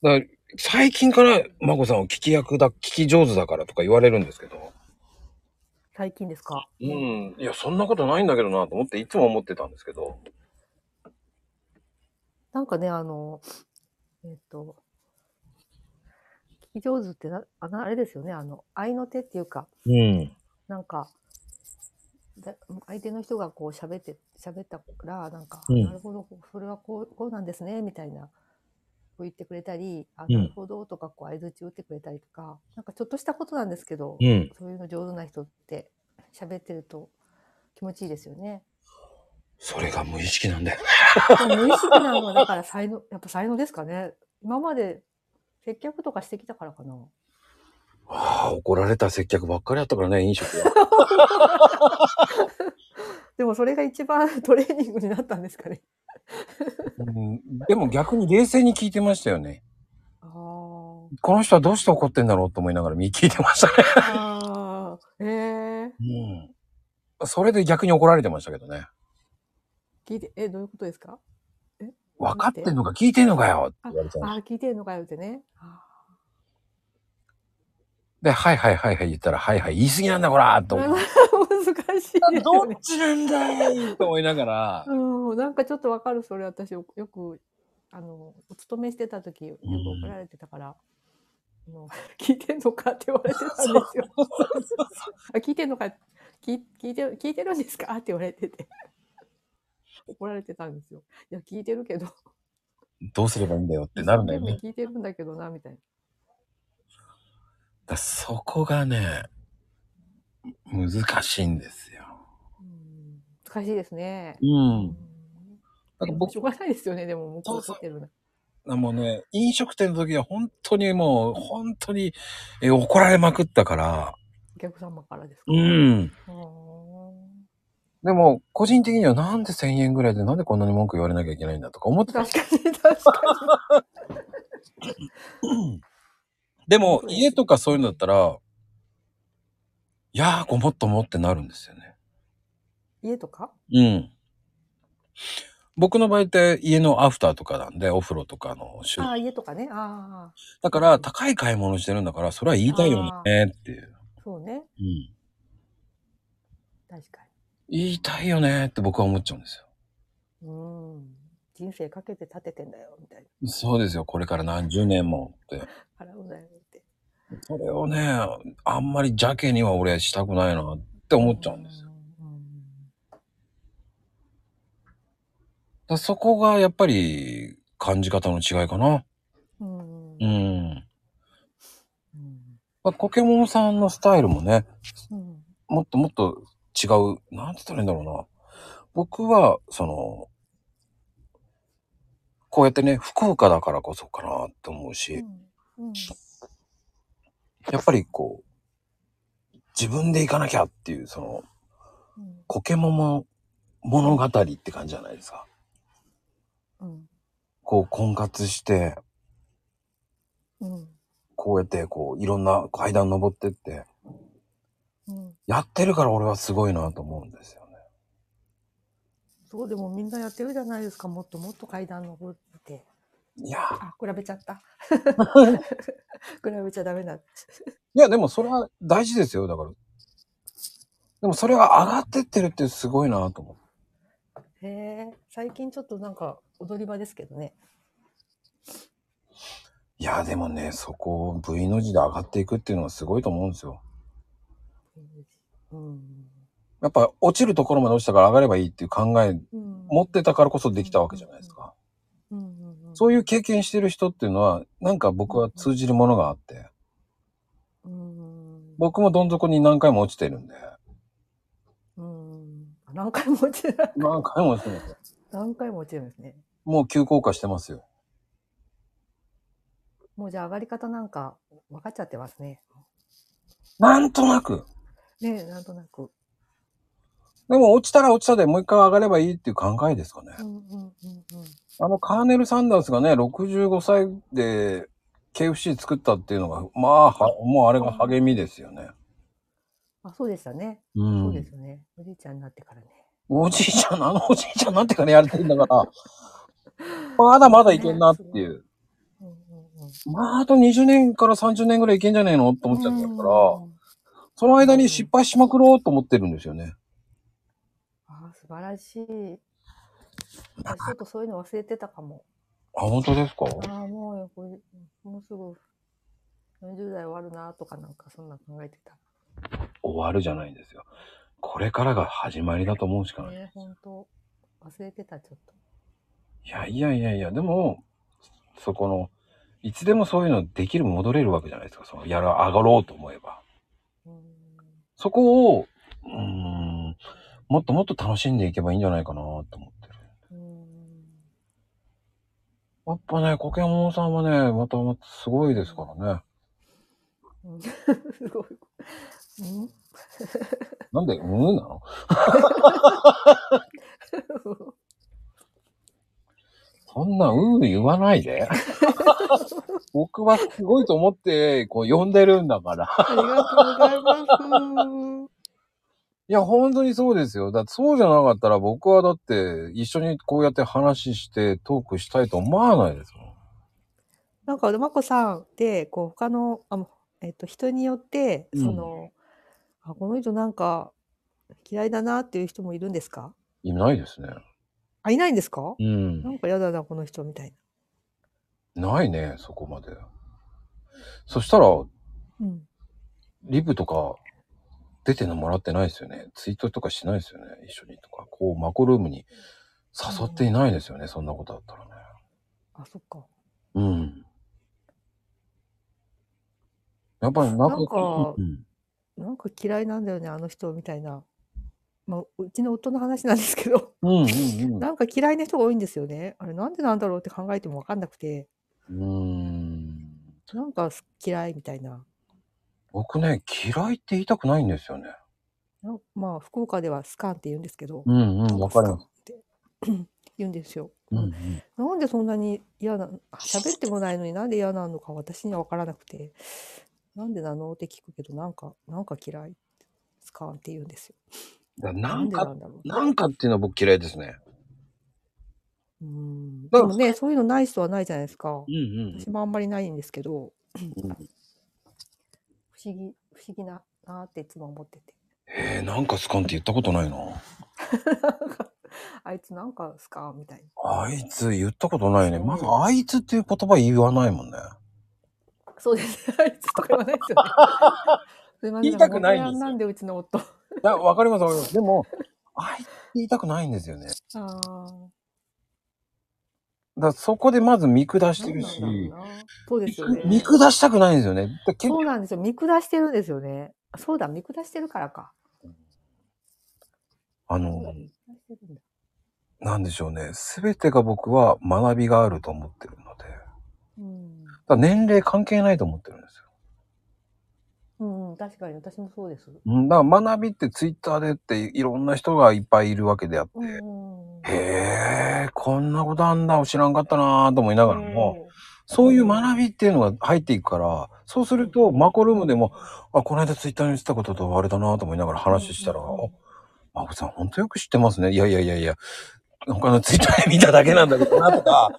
S1: だから最近から、まこさんは聞き役だ、聞き上手だからとか言われるんですけど。
S2: 最近ですか。
S1: うん。いや、そんなことないんだけどなと思って、いつも思ってたんですけど。
S2: なんかね、あの、えっ、と、聞き上手ってな、あなあれですよね、あの、合いの手っていうか、
S1: うん。
S2: なんか、だ相手の人がこう喋って、喋ったから、なんか、
S1: うん
S2: なるほど、こうそれはこう、こうなんですね、みたいなう言ってくれたり、あ、
S1: うん
S2: なるほどとか、こう、相づち打ってくれたりとか、なんかちょっとしたことなんですけど、
S1: うん。
S2: そういうの上手な人って、喋ってると気持ちいいですよね。
S1: それが無意識なんだよね。
S2: でも無意識なのは、だから才能、やっぱ才能ですかね。今まで接客とかしてきたからかな。
S1: ああ、怒られた接客ばっかりだったからね、飲食 は。
S2: でもそれが一番トレーニングになったんですかね。
S1: うん、でも逆に冷静に聞いてましたよね。
S2: あ
S1: この人はどうして怒ってんだろうと思いながら見聞いてましたね。
S2: あ。ええ
S1: うん。それで逆に怒られてましたけどね。
S2: 聞いて、え、どういうことですか
S1: 分かってんのか聞いてんのかよって言われたの
S2: ああ、聞いてんのかよってね。あ
S1: で、はいはいはいはい言ったら、はいはい言い過ぎなんだこら
S2: ー
S1: と 思って。
S2: 難しいです
S1: ど
S2: よ
S1: っ
S2: ね。
S1: ちなんだいと思いながら。
S2: うん、なんかちょっとわかる、それ私よよく、あの、お勤めしてた時、よく怒られてたから、あの 聞いてんのかって言われてたんですよ。 あ聞いてんのか聞聞いて聞いてるんですかって言われてて。 怒られてたんですよ。いや、聞いてるけど。
S1: どうすればいいんだよってなるんだよね。だか
S2: 一生懸命聞いてるんだけどな、みたいな。
S1: らそこがね、難しいんですよ。
S2: うん難しいですね。
S1: う。
S2: うんん
S1: だから僕
S2: しょうがないですよね、でも、向こう怒ってるな。
S1: もうね、飲食店の時は本当にもう、本当に、え怒られまくったから。
S2: お客様からですか。
S1: うん。
S2: うん
S1: でも、個人的にはなんで1000円ぐらいでなんでこんなに文句言われなきゃいけないんだとか思ってた。
S2: 確かに、確かに。
S1: でも、家とかそういうのだったら、いやー、ごもっともってなるんですよね。
S2: 家とか
S1: うん。僕の場合って家のアフターとかなんで、お風呂とかの修
S2: ああ、家とかね。ああ、
S1: だから、高い買い物してるんだから、それは言いたいよねっていう。
S2: そうね。
S1: うん。
S2: 確か
S1: 言いたいよねって僕は思っちゃうんですよ。
S2: に。うん。人生かけて建ててんだよ、みたいな。
S1: そうですよ。これから何十年もって。
S2: 払うんだよ、って。
S1: それをね、あんまり邪気には俺したくないなって思っちゃうんですよ。だか
S2: うん。
S1: らそこがやっぱり感じ方の違いかな。
S2: うん。うん。
S1: うん。
S2: うん
S1: まあ、ポケモンさんのスタイルもね、
S2: うん。
S1: もっともっと違う、なんて言ったらいいんだろうな。僕は、その、こうやってね、福岡だからこそかなって思うし、
S2: うん。
S1: やっぱりこう、自分で行かなきゃっていう、その、
S2: うん
S1: コケモモ物語って感じじゃないですか。
S2: うん。
S1: こう、婚活して、
S2: うん。
S1: こうやって、こう、いろんな階段登ってって、
S2: うん。
S1: やってるから俺はすごいなと思うんですよね。
S2: そうでもみんなやってるじゃないですか。もっともっと階段登って。
S1: いやー、
S2: あ、比べちゃった。 比べちゃダメだ。
S1: いや、でもそれは大事ですよ、だから。でもそれが上がってってるってすごいなと思う。
S2: へえ。最近ちょっとなんか踊り場ですけどね。
S1: いや、でもね、そこを V の字で上がっていくっていうのはすごいと思うんですよ。
S2: うん。
S1: やっぱ落ちるところまで落ちたから上がればいいっていう考え持
S2: 持
S1: ってたからこそできたわけじゃないですか。そう
S2: い
S1: いう経験してる人っていうのは、なんか僕は通じるものがあって、
S2: うん。
S1: 僕もどん底に何回も落ちてるんで、
S2: うん。何回も落ちる。
S1: 何回も落ちてますよ。
S2: 何回も落ちるんですね。
S1: もう急降下してますよ。
S2: もうじゃあ上がり方なんか分かっちゃってますね。
S1: なんとなく。
S2: ねえ、なんとなく。
S1: でも落ちたら落ちたでもう一回上がればいいっていう考えですかね。
S2: うんうんうんうん。
S1: あのカーネル・サンダースがね、65歳で KFC 作ったっていうのが、まあ、はもうあれが励みですよね。
S2: あ、そうでしたね。
S1: う
S2: そうで
S1: ん
S2: す。よね。おじいちゃんになってからね。
S1: おじいちゃん、あのおじいちゃんなんてからやれてんだから、まだまだいけんなっていう。
S2: うんうんうん。
S1: まあ、あと20年から30年ぐらいいけんじゃねえのと思っちゃったから、その間に失敗しまくろうと思ってるんですよね。
S2: あー素晴 らしい。私ちょっとそういうの忘れてたかも。
S1: あ、本当ですか
S2: ああ、もうよ、これ、もうすぐ40代終わるなとかなんかそんな考えてた。
S1: 終わるじゃないんですよ。これからが始まりだと思うしかない。
S2: ねえ、ほんと。忘れてた、ちょっと。
S1: いやいやいやいや、でも、そこの、いつでもそういうのできる、戻れるわけじゃないですか。その、やら、上がろうと思えば。
S2: うん
S1: そこを、うーん、もっともっと楽しんでいけばいいんじゃないかなと思ってる。
S2: うん
S1: やっぱね、コケモンさんはね、またまたすごいですからね。
S2: うんすごい。うん
S1: なんで、うーんなのそんな、うーん言わないで。僕はすごいと思って、こう、呼んでるんだから。
S2: ありがとうございます。
S1: いや、本当にそうですよ。だってそうじゃなかったら僕はだって一緒にこうやって話してトークしたいと思わないですもん。
S2: なんか、まこさんって、こう、他の、あもうえっと、人によって、
S1: うん
S2: その、あ、この人なんか、嫌いだなっていう人もいるんですか
S1: いないですね。
S2: あ、いないんですか
S1: うん
S2: な。んか嫌だな、この人みたい
S1: ないね、そこまで。そしたら、
S2: な。うん。
S1: リブとか出てのもらってないですよね。ツイートとかしないですよね。一緒にとか。こう、マコルームに誘っていないですよね。そんなことだったらね。
S2: あ、そっか。
S1: うん。やっぱりなん
S2: なんか
S1: うん
S2: なんか嫌いなんだよね、あの人みたいな。まあ、うちの夫の話なんですけど、
S1: うんうん
S2: なんか嫌いな人が多いんですよね。あれ、なんでなんだろうって考えてもわかんなくて、
S1: うん。うん。
S2: なんかす嫌いみたいな。
S1: 僕ね、嫌いって言いたくないんですよね。
S2: なんまあ、福岡ではスカンって言うんですけど、
S1: うん
S2: な
S1: うん、
S2: ん
S1: わか
S2: かス
S1: り
S2: カ
S1: ま
S2: ンっ
S1: す。
S2: て 言うんですよ。
S1: うんうん、
S2: なんでそんなに嫌な、喋ってもないのになんで嫌なのか私には分からなくて、なんでなのって聞くけど、なんか、なんか嫌い。スカンって言うんですよ。
S1: だから
S2: な
S1: なんん
S2: でな
S1: か、
S2: んだろう。
S1: なんかっていうのは僕嫌いですね。
S2: うん。
S1: だ
S2: で
S1: から
S2: もね、そういうのない人はないじゃないですか
S1: う。ん
S2: 私もあんまりないんですけど、
S1: うん。
S2: 不思議、不思議な、なーっていつも思って て。
S1: えー、なんかスカンって言ったことないな。
S2: あいつなんかスカンみたいな。
S1: あいつ言ったことないね。
S2: うん
S1: まずあいつっていう言葉言わないもんね。
S2: そうですね。 あいつとか言わないです よね。すいません。
S1: 言いたくないんですよ
S2: モデルなんでうち の夫。あ
S1: いやわかりますわかり ます。でも、あいつって言いたくないんですよね。だか
S2: あ。
S1: らそこでまず見下して
S2: 何
S1: る
S2: なん
S1: し、
S2: だろうな。そうですよね。
S1: 見下したくないんですよね。だから結
S2: そう
S1: 局
S2: なんですよ。見下してるんですよね。あそうだ、見下してるからか。
S1: あ
S2: そうだ
S1: の、
S2: 見下してるんだ
S1: なんでしょうね。すべてが僕は学びがあると思ってるので。
S2: うん
S1: だから年齢関係ないと思ってるんですよ。
S2: うんうん、確かに私もそうです。
S1: うん、だから学びってツイッターでっていろんな人がいっぱいいるわけであって、
S2: うんうんうん。
S1: へえ、こんなことあんだ、知らんかったなぁと思いながらも、そういう学びっていうのが入っていくから、そうするとマコルームでも、あ、この間ツイッターに言ってたこととあれだなぁと思いながら話したら、
S2: うんうんうん
S1: あマコさん本当よく知ってますね。いやいやいやいや、他のツイッターで見ただけなんだけどなと か、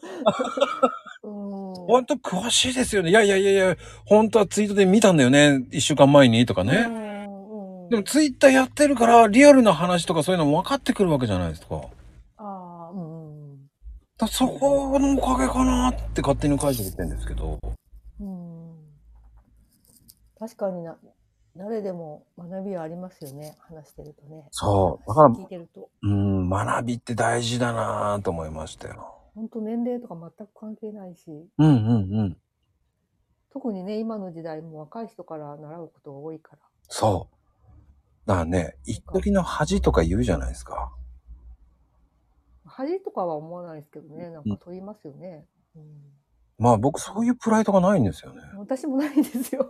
S2: うん、
S1: 本当詳しいですよね。いやいやいやいや、本当はツイートで見たんだよね。一週間前にとかね。
S2: うんうん
S1: でもツイッターやってるから、リアルな話とかそういうのも分かってくるわけじゃないですか。だか
S2: ああ、うんうん
S1: らそこのおかげかなって勝手に解釈してるんですけど。
S2: うん。うん。確かにな、誰でも学びはありますよね。話してるとね。
S1: そう。だから、
S2: 聞いてると。
S1: うん、学びって大事だなと思いましたよ。
S2: 本当年齢とか全く関係ないし、
S1: うんうんうん。
S2: 特にね、今の時代も若い人から習うことが多いから。
S1: そう。だからね、一時の恥とか言うじゃないですか。
S2: 恥とかは思わないですけどね、なんか取りますよね。うん、
S1: まあ僕そういうプライドがないんですよね。
S2: 私もないんです よ。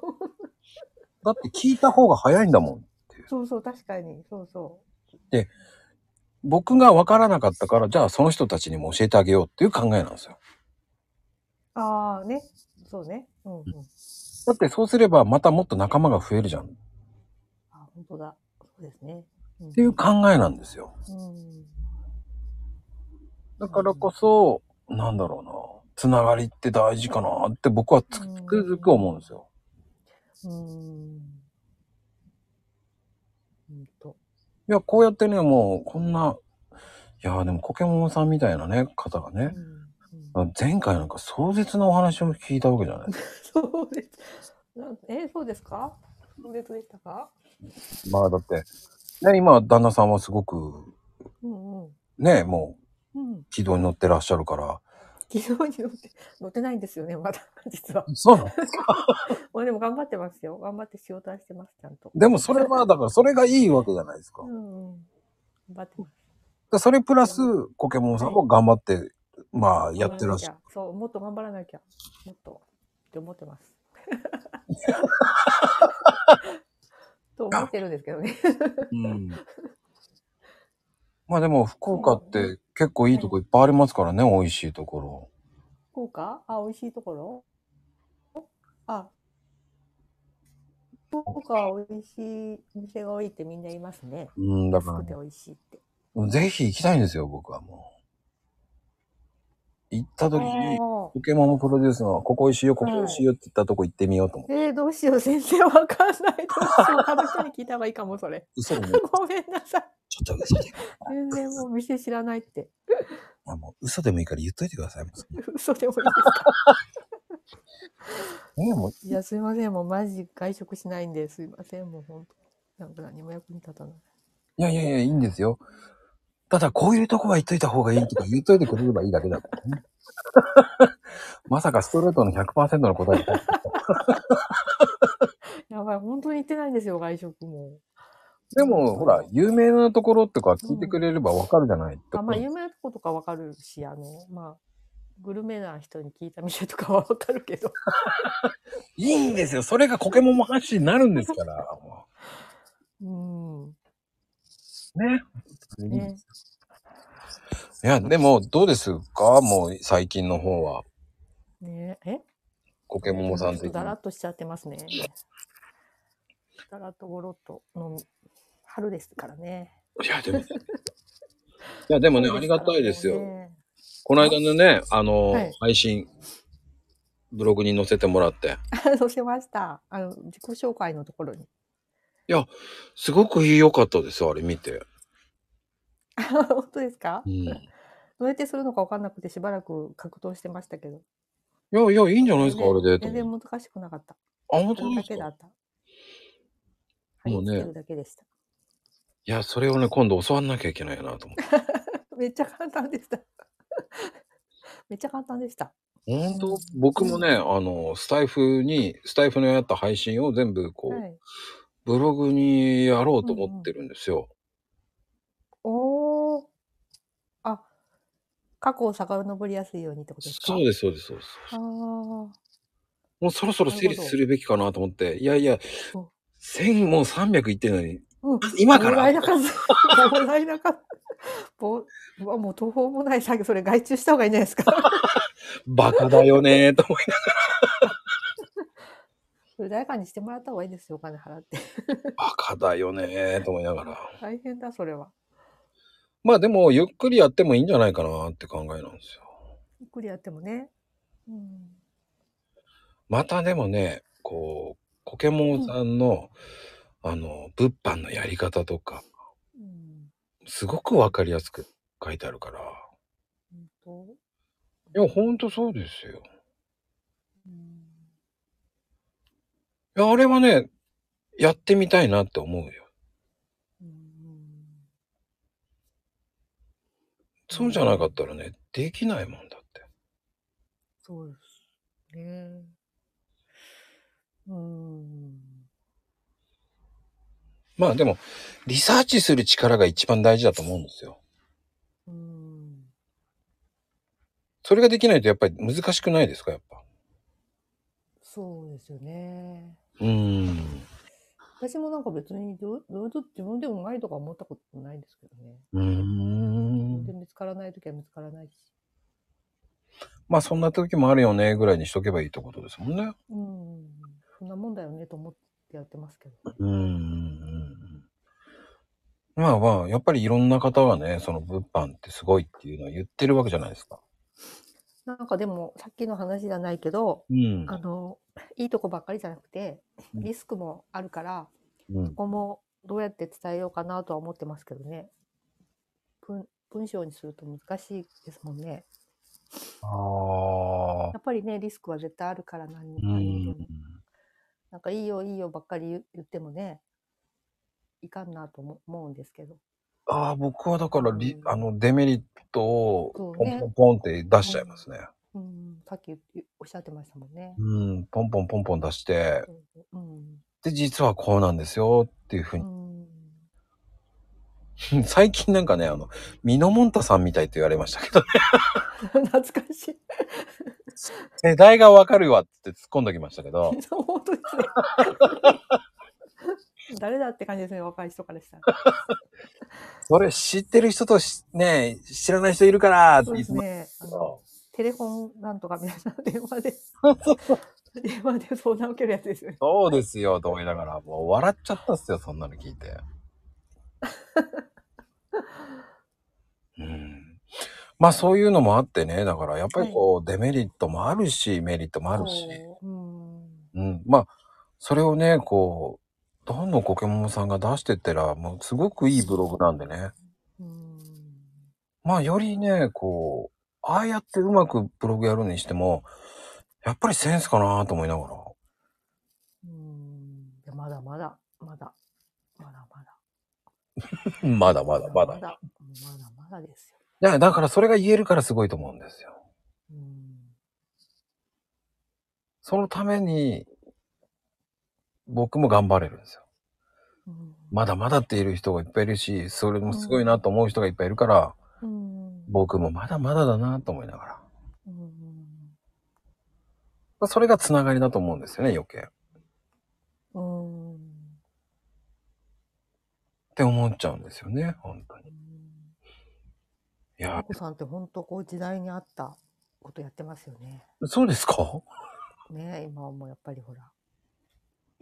S1: だって聞いた方が早いんだもん。
S2: そうそう、確かに。そうそ
S1: 僕が分からなかったから、じゃあその人たちにも教えてあげようっていう考えなんですよ。
S2: う。ああ、ね。そうね。うんうん。
S1: だってそうすればまたもっと仲間が増えるじゃんっ
S2: あ本当だ。そうですね。うん
S1: ていう考えなんですよ。
S2: うん。
S1: だからこそ、なんだろうな。つながりって大事かなって僕はつくつくづく思うんですよ。
S2: うん。うんと。
S1: いや、こうやってね、もうこんな、いやーでもコケモンさんみたいなね、方がね
S2: う、んうん
S1: 前回なんか壮絶なお話を聞いたわけじゃないですか。
S2: そうです。なんえ、そうですかおレッでしたか
S1: まあだって、ね、今旦那さんはすごく、
S2: うんうん。
S1: ね、もう
S2: うん。
S1: 軌道に乗ってらっしゃるから、
S2: 昨日に乗って、乗ってないんですよね、まだ、実は。
S1: そうなの
S2: まあでも頑張ってますよ。頑張って仕事はしてます、ちゃんと。
S1: でもそれは、だからそれがいいわけじゃないですか。
S2: うん、うん。頑張ってます。
S1: でそれプラス、ポケモンさんも頑張って、まあ、やってらっしゃ
S2: 頑張なきゃそう、もっと頑張らなきゃ。もっと。って思っ てます。と思ってるんですけどね。
S1: る。うん。まあでも、福岡って結構いいとこいっぱいありますからね、美味しいところ。
S2: 福岡あ、美味しいところあ、福岡は美味しいお店が多いってみんな言いますね。
S1: うん、だ
S2: 安
S1: か
S2: くて美味しいって。
S1: ら、ぜひ行きたいんですよ、僕はもう。行った時に、
S2: あ
S1: ポケモンプロデュースの、ここ美味しいよ、ここ美味しいよって言ったとこ行ってみようと思って。
S2: ーえー、どうしよう、全然わかんない。どうしよう、他の人に聞いた方がいいかも、それ。
S1: 嘘でも、
S2: ごめんなさい。
S1: ちょっと嘘で
S2: 全然もう店知らないって。
S1: あもう嘘でもいいから言っといてください。もう
S2: 嘘でもいいです
S1: ねもう
S2: いや、すいません。もうマジ外食しないんで、すいません。もう本当なんか何も役に立たない。
S1: いやいやいや、いいんですよ。ただ、こういうとこは言っといた方がいいとか言っといてくれればいいだけだからね。まさかストレートの100%の答えだった。
S2: やばい。本当に行ってないんですよ、外食も。
S1: でも、ほら、有名なところとか聞いてくれればわかるじゃない、
S2: あまあ、有名なとことかわかるし、あの、まあ、グルメな人に聞いた店とかはわかるけど。
S1: いいんですよ。それがポケモンも発信になるんですから。も
S2: うん。
S1: うね。
S2: ね。
S1: いや、でも、どうですかもう、最近の方は。
S2: ねえ
S1: ポケモンさん
S2: ちょっ
S1: 的
S2: とだら
S1: に。
S2: っとしちゃってますね。だらっとごろっと飲み。春ですからね。
S1: いや、 でも。いや、でもね、ありがたいですよ。
S2: ね
S1: この間のね、あの、
S2: はい
S1: 配信、ブログに載せてもらって、
S2: そうしました。あの、自己紹介のところに。
S1: すごく良かったですよ、あれ見て。
S2: 本当ですか
S1: うん。いや
S2: どうやってするのか分かんなくてしばらく格闘してましたけど。
S1: いや、いいんじゃないですか、あれで。と
S2: 全
S1: 思う
S2: 然難しくなかった。
S1: あ、本
S2: それ
S1: 当
S2: だ
S1: です
S2: け
S1: か
S2: だった。
S1: もうね
S2: 貼り付けるだけでした。
S1: いや、それをね、今度教わんなきゃいけないなと思って。
S2: めっちゃ簡単でした。 めっちゃ簡単でした。
S1: 本当僕もね、あの、スタイフに、スタイフのやった配信を全部、こう、
S2: はい。
S1: ブログにやろうと思ってるんですよ。
S2: おお。あ、過去を遡りやすいようにってことですか
S1: そうです、そうです、そうです。
S2: ああ。
S1: もうそろそろ整理するべきかなと思って、いやいや
S2: お、
S1: 1000、もう300いってるのに、
S2: うん。
S1: 今から
S2: 膨大な数。膨大な数。 ぼうわもう途方もない作業、それ外注した方がいいんじゃないです か。
S1: バカだよねーと思い
S2: それ誰かにしてもらった方がいいですよ、お金払って。
S1: バカだよねーと思いながら。
S2: 大変だ、それは。
S1: まあでも、ゆっくりやってもいいんじゃないかなって考えなんですよ。
S2: ゆっくりやってもね。うん。
S1: またでもね、こう、ポケモンさんの、あの、物販のやり方とか、
S2: うん。
S1: すごくわかりやすく書いてあるから。
S2: 本
S1: いや、ほんとそうですよ。
S2: 当。うん。
S1: いや、あれはね、やってみたいなって思うよ。
S2: うん。
S1: そうじゃなかったらね、できないもんだって。
S2: そうですね。うん。
S1: まあでも、リサーチする力が一番大事だと思うんですよ。
S2: うん。
S1: それができないとやっぱり難しくないですか、やっぱ。
S2: そうですよね。
S1: うーん。
S2: 私もなんか別にどうどうぞ自分でもないとか思ったことないんですけどね。
S1: うーん
S2: で見つからないときは見つからないし。
S1: まあそんな時もあるよねぐらいにしとけばいいってことですもんね。
S2: うん。そんなもんだよねと思ってやってますけど。
S1: うーん。まあまあ、やっぱりいろんな方がね、その物販ってすごいっていうのは言ってるわけじゃないですか。
S2: なんかでもさっきの話じゃないけど、
S1: うん
S2: あの、いいとこばっかりじゃなくて、
S1: うん
S2: リスクもあるから、
S1: うん
S2: こ。こもどうやって伝えようかなとは思ってますけどね。文文章にすると難しいですもんね。
S1: ああ
S2: や。っぱりね、リスクは絶対あるから何
S1: うん
S2: 何でも。。なんかいいよいいよばっかり言言ってもね、いかんなとも思うんですけど。
S1: ああ、僕はだからリ、あの、デメリットを
S2: そう
S1: ポ
S2: ね
S1: ンポンポンって出しちゃいますね。
S2: うん、さっき言おっしゃってましたもんね。
S1: うん、ポンポンポンポン出して、
S2: うん。
S1: で、実はこうなんですよっていうふう
S2: う
S1: に。
S2: ん。
S1: 最近なんかね、あの、ミノモンタさんみたいって言われましたけど、
S2: 懐かしい。
S1: 世代がわかるわって突っ込んどきましたけ ど、
S2: そう本当ですね。 誰だって感じですね、若い人からしたら。
S1: それ知ってる人としね、知らない人いるからって
S2: そう
S1: 言
S2: で
S1: っ
S2: す
S1: てました
S2: ね。あ
S1: け
S2: の
S1: ど、
S2: テレフォンなんとかみたいな電話で、 電話で相談を受けるやつですよね。
S1: そうですよ、と思いながら、もう笑っちゃったっすよ、そんなの聞い て。うん。まあそういうのもあってね、だからやっぱりこう、デメリットもあるし、メリットもあるし。
S2: うん。
S1: うん。まあ、それをね、こう、どんどんコケモンさんが出してったら、もうすごくいいブログなんでね。
S2: うん。
S1: まあ、よりね、こう、ああやってうまくブログやるにしても、やっぱりセンスかなと思いながら。
S2: うん。いやまだまだ、まだ、まだまだ。
S1: まだまだま
S2: ま
S1: だ。
S2: だまだまだですよ。
S1: いや、だからそれが言えるからすごいと思うんですよ。
S2: うん。
S1: そのために、僕も頑張れるんですよ。
S2: うん
S1: まだまだっている人がいっぱいいるし、それもすごいなと思う人がいっぱいいるから、
S2: うん。
S1: 僕もまだまだだなと思いながら。
S2: うん。
S1: まあそれがつながりだと思うんですよね、余計。
S2: うん。
S1: って思っちゃうんですよね、本当に。い
S2: マ
S1: や、
S2: コさんって本当こう時代に合ったことやってますよね。
S1: そうですか
S2: ねえ今はもうやっぱりほら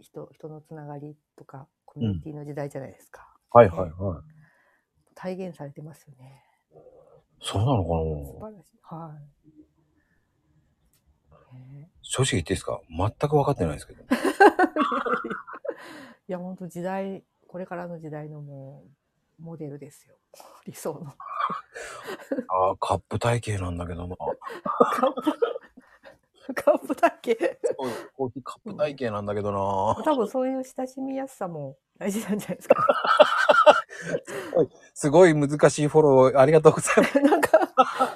S2: 人人のつながりとかコミュニティの時代じゃないですか、
S1: はい
S2: はい
S1: は
S2: 体現されてますよね
S1: い。そうなのか
S2: 素
S1: な
S2: 晴らしいはい、ね
S1: 正直言っていいですか全く分かってないですけ ど。
S2: えいや本当時代これからの時代のもうモデルですよ 理想の
S1: ああ、カップ体型なんだけ どな。
S2: カップカップだけ
S1: そうコーヒーカップ体型なんだけどな。
S2: 多分そういう親しみやすさも大事なんじゃないですか
S1: すごい難しいフォローありがとうございます。
S2: なんか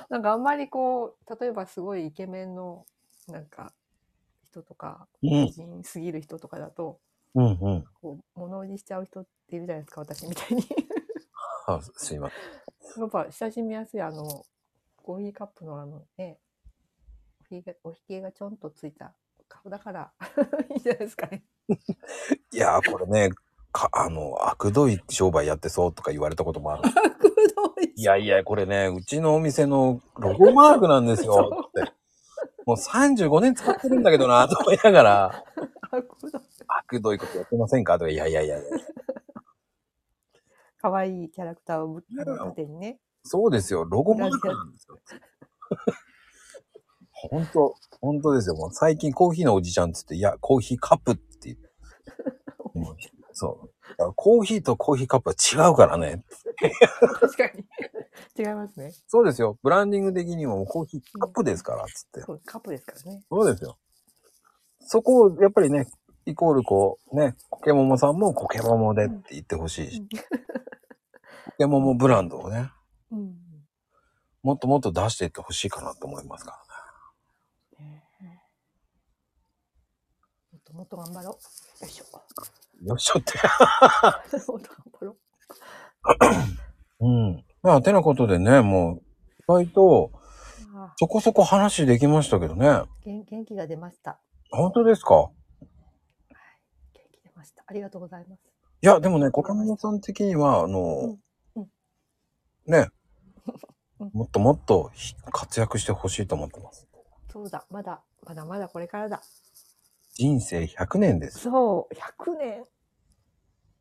S2: なんかあんまりこう例えばすごいイケメンのなんか人とか
S1: うん
S2: 美人すぎる人とかだと、
S1: うんうん。
S2: こう物おじしちゃう人っているじゃないですか私みたいに
S1: あすいません。
S2: やっぱ親しみやすいあのコーヒーカップのあのねおひげおひげがちょんとついた顔だから いいじゃないですかね
S1: いやー、これね、か、あの、悪どい商売やってそうとか言われたこともあ る。
S2: くどい
S1: いやいや、これね、うちのお店のロゴマークなんですよ
S2: そ
S1: って。もう35年使ってるんだけど な、と思いながら。
S2: あく
S1: 悪ど
S2: どい
S1: いことやってませんかとか、いやいやいやいや。
S2: 可愛いキャラクターを縦にね
S1: そうですよ、ロゴマークなんですよ。 本当本当ですよ。もう最近コーヒーのおじちゃんっつって、いや、コーヒーカップって 言って。もうそう。だからコーヒーとコーヒーカップは違うからね。
S2: 確かに違いますね
S1: そうですよ。ブランディング的にももうコーヒーカップですから、つって。
S2: そうカップですからね
S1: そうですよ。そこを、やっぱりね、イコールこう、ね、コケモモさんもコケモモでって言ってほしいし、コケモモブランドをね、
S2: うん、うん
S1: もっともっと出していってほしいかなと思いますから。
S2: ねえもっともっと頑張ろうよいしょ
S1: よいしょって。
S2: もっと頑張ろう
S1: うん。まあ、てなことでね、もう、意外と、
S2: ああ
S1: そこそこ話できましたけどね。
S2: 元元気が出ました。
S1: 本当ですか
S2: 元気出ました。ありがとうございます。
S1: いや、でもね、小玉さん的には、あの、
S2: うん
S1: ね、
S2: うん
S1: もっともっとひ活躍してほしいと思ってます。
S2: そうだ、まだ、まだまだこれからだ。
S1: 人生100年です。
S2: そう、100年。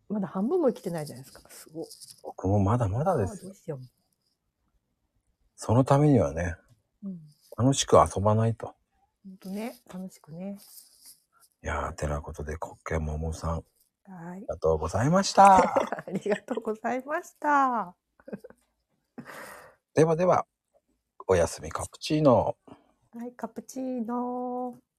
S2: まだ半分も生きてないじゃないですか。すごい。
S1: 僕もまだまだで
S2: ああ
S1: す
S2: ど
S1: よ。
S2: うしよ
S1: そのためにはね、
S2: う。うん。
S1: 楽しく遊ばないと。
S2: ほんとね、楽しくね。
S1: いやー、てなことで、コッケモモさん、あり
S2: はい。
S1: がとうございました。
S2: ありがとうございました。
S1: ではでは、おやすみカプチーノ。
S2: はい、カプチーノー。